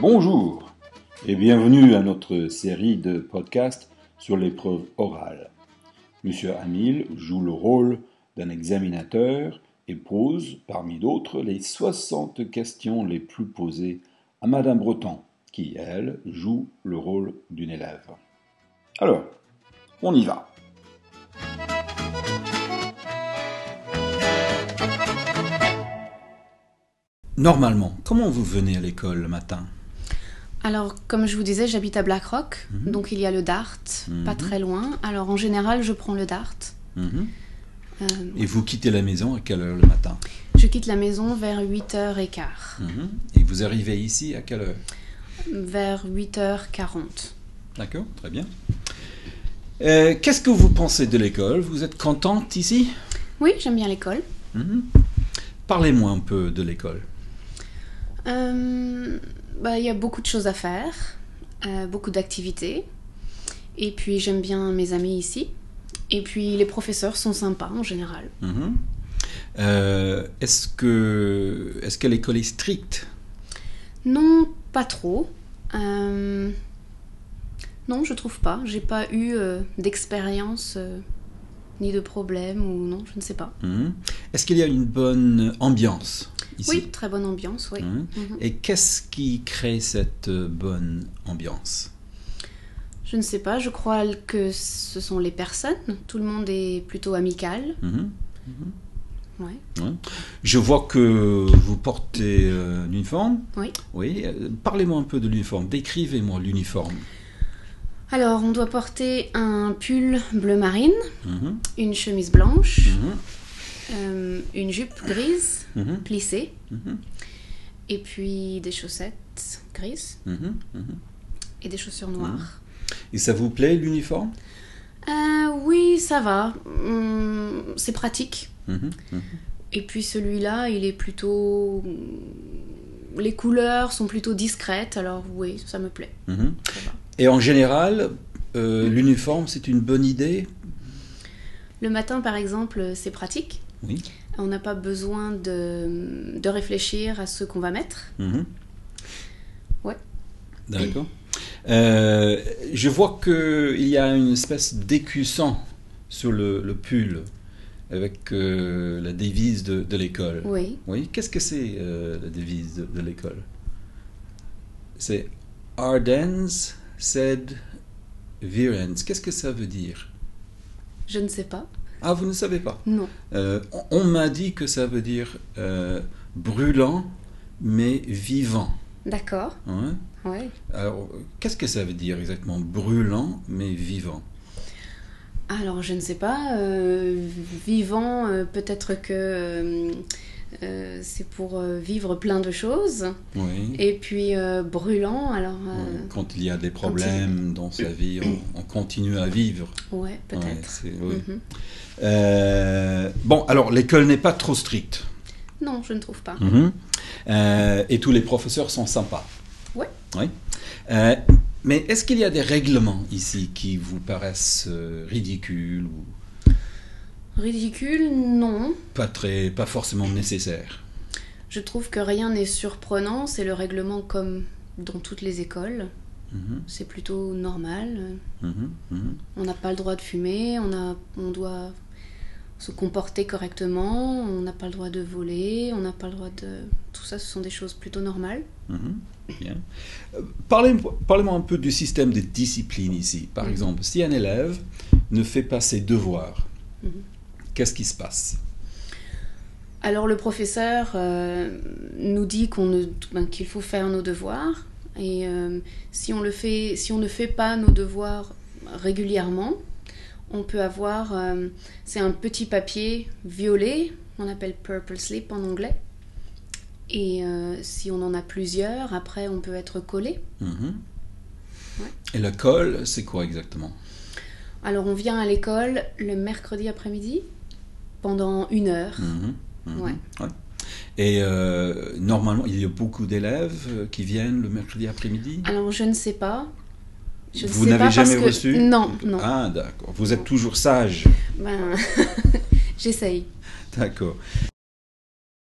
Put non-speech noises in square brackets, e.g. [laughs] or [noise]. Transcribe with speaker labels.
Speaker 1: Bonjour et bienvenue à notre série de podcasts sur l'épreuve orale. Monsieur Hamil joue le rôle d'un examinateur et pose, parmi d'autres, les 60 questions les plus posées à Madame Breton, qui, elle, joue le rôle d'une élève. Alors, on y va. Normalement, comment vous venez à l'école le matin
Speaker 2: Alors, comme je vous disais, j'habite à Blackrock,
Speaker 1: Mhm.
Speaker 2: donc il y a le Dart, pas
Speaker 1: Mhm.
Speaker 2: très loin. Alors en général, je prends le Dart.
Speaker 1: Mhm.
Speaker 2: Euh,
Speaker 1: Et vous quittez la maison à quelle heure le matin
Speaker 2: je quitte la maison vers 8h15,
Speaker 1: Mhm. Et vous arrivez ici à quelle heure
Speaker 2: vers 8h40.
Speaker 1: D'accord, très bien. Euh, Qu'est-ce que vous pensez de l'école Vous êtes contente ici
Speaker 2: Oui, j'aime bien l'école.
Speaker 1: Mhm. Parlez-moi un peu de l'école.
Speaker 2: Euh, bah, Il y a beaucoup de choses à faire, euh, beaucoup d'activités. Et puis j'aime bien mes amis ici. Et puis les professeurs sont sympas en général.
Speaker 1: Mhm. Euh, Est-ce que, est que l'école est stricte
Speaker 2: Non, pas trop. Euh, Non, je trouve pas. J'ai pas eu euh, d'expérience euh, ni de problème ou non, je ne sais pas.
Speaker 1: Mhm. Est-ce qu'il y a une bonne ambiance ici
Speaker 2: Oui, très bonne ambiance, oui.
Speaker 1: Mhm.
Speaker 2: Mhm.
Speaker 1: Et qu'est-ce qui crée cette euh, bonne ambiance
Speaker 2: Je ne sais pas, je crois que ce sont les personnes. Tout le monde est plutôt amical.
Speaker 1: Mhm.
Speaker 2: Ouais.
Speaker 1: Je vois que vous portez euh, un uniforme.
Speaker 2: Oui.
Speaker 1: Oui. euh, Parlez-moi un peu de l'uniforme. Décrivez-moi l'uniforme.
Speaker 2: Alors, on doit porter un pull bleu marine,
Speaker 1: Mhm.
Speaker 2: une chemise blanche,
Speaker 1: Mhm.
Speaker 2: euh, une jupe grise
Speaker 1: Mhm.
Speaker 2: plissée,
Speaker 1: Mhm.
Speaker 2: et puis des chaussettes grises
Speaker 1: Mhm. Mhm.
Speaker 2: et des chaussures noires.
Speaker 1: Et ça vous plaît l'uniforme
Speaker 2: Euh, oui, ça va. Hum, c'est pratique.
Speaker 1: Mhm. Mhm.
Speaker 2: Et puis celui-là, il est plutôt. hum, Les couleurs sont plutôt discrètes, alors oui, ça me plaît.
Speaker 1: Mhm.
Speaker 2: Ça va.
Speaker 1: Et en général, euh, l'uniforme, c'est une bonne idée
Speaker 2: Le matin, par exemple, c'est pratique.
Speaker 1: Oui.
Speaker 2: On n'a pas besoin de, de réfléchir à ce qu'on va mettre.
Speaker 1: Mhm.
Speaker 2: Ouais.
Speaker 1: D'accord. Euh, je vois qu'il y a une espèce d'écusson sur le, le pull avec euh, la devise de, de l'école.
Speaker 2: Oui.
Speaker 1: Oui, qu'est-ce que c'est euh, la devise de, de l'école C'est Ardens sed virens. Qu'est-ce que ça veut dire
Speaker 2: Je ne sais pas.
Speaker 1: Ah, vous ne savez pas
Speaker 2: Non.
Speaker 1: Euh, on- On m'a dit que ça veut dire euh, brûlant mais vivant.
Speaker 2: D'accord.
Speaker 1: Hein
Speaker 2: Ouais.
Speaker 1: Alors, qu'est-ce que ça veut dire exactement Brûlant mais vivant.
Speaker 2: Alors, je ne sais pas. euh, vivant, euh, peut-être que euh, euh, c'est pour euh, vivre plein de choses.
Speaker 1: Oui.
Speaker 2: Et puis euh, brûlant, alors. euh,
Speaker 1: Oui, Quand il y a des problèmes dans sa vie, on, on continue à vivre.
Speaker 2: Ouais,
Speaker 1: Ouais,
Speaker 2: peut-être.
Speaker 1: c'est- oui.
Speaker 2: Mhm.
Speaker 1: Euh, bon, alors l'école n'est pas trop stricte.
Speaker 2: Non, je ne trouve pas.
Speaker 1: Mhm. Euh, et tous les professeurs sont sympas.
Speaker 2: Ouais.
Speaker 1: Oui. Euh, mais est-ce qu'il y a des règlements ici qui vous paraissent euh, ridicules ou
Speaker 2: Ridicule, non.
Speaker 1: pas, très, pas forcément nécessaires
Speaker 2: Je trouve que rien n'est surprenant. C'est le règlement comme dans toutes les écoles.
Speaker 1: Mhm,
Speaker 2: C'est plutôt normal.
Speaker 1: mhm, mhm.
Speaker 2: On n'a pas le droit de fumer. On a, on doit se comporter correctement. On n'a pas le droit de voler. On n'a pas le droit de. Tout ça, ce sont des choses plutôt normales.
Speaker 1: Mhm, bien. Euh, Parlez, parlez-moi un peu du système de discipline ici. Par
Speaker 2: Mhm.
Speaker 1: exemple, si un élève ne fait pas ses devoirs,
Speaker 2: Mhm.
Speaker 1: qu'est-ce qui se passe
Speaker 2: Alors le professeur euh, nous dit qu'on ne- ben, qu'il faut faire nos devoirs et euh, si on le fait, si on ne fait pas nos devoirs régulièrement, on peut avoir, euh, c'est un petit papier violet, on appelle purple slip en anglais. Et euh, si on en a plusieurs, après on peut être collé.
Speaker 1: Mhm.
Speaker 2: Ouais.
Speaker 1: Et le col, c'est quoi exactement
Speaker 2: Alors on vient à l'école le mercredi après-midi pendant une heure.
Speaker 1: Mhm, mhm,
Speaker 2: Ouais.
Speaker 1: ouais. Et euh, normalement, il y a beaucoup d'élèves euh, qui viennent le mercredi après-midi
Speaker 2: Alors je ne sais pas. Je ne
Speaker 1: Vous
Speaker 2: sais
Speaker 1: n'avez
Speaker 2: pas parce
Speaker 1: jamais
Speaker 2: que-
Speaker 1: reçu
Speaker 2: Ah, Non, non.
Speaker 1: Ah, d'accord. Vous êtes
Speaker 2: Non.
Speaker 1: toujours sage.
Speaker 2: Ben, [laughs] J'essaye.
Speaker 1: D'accord.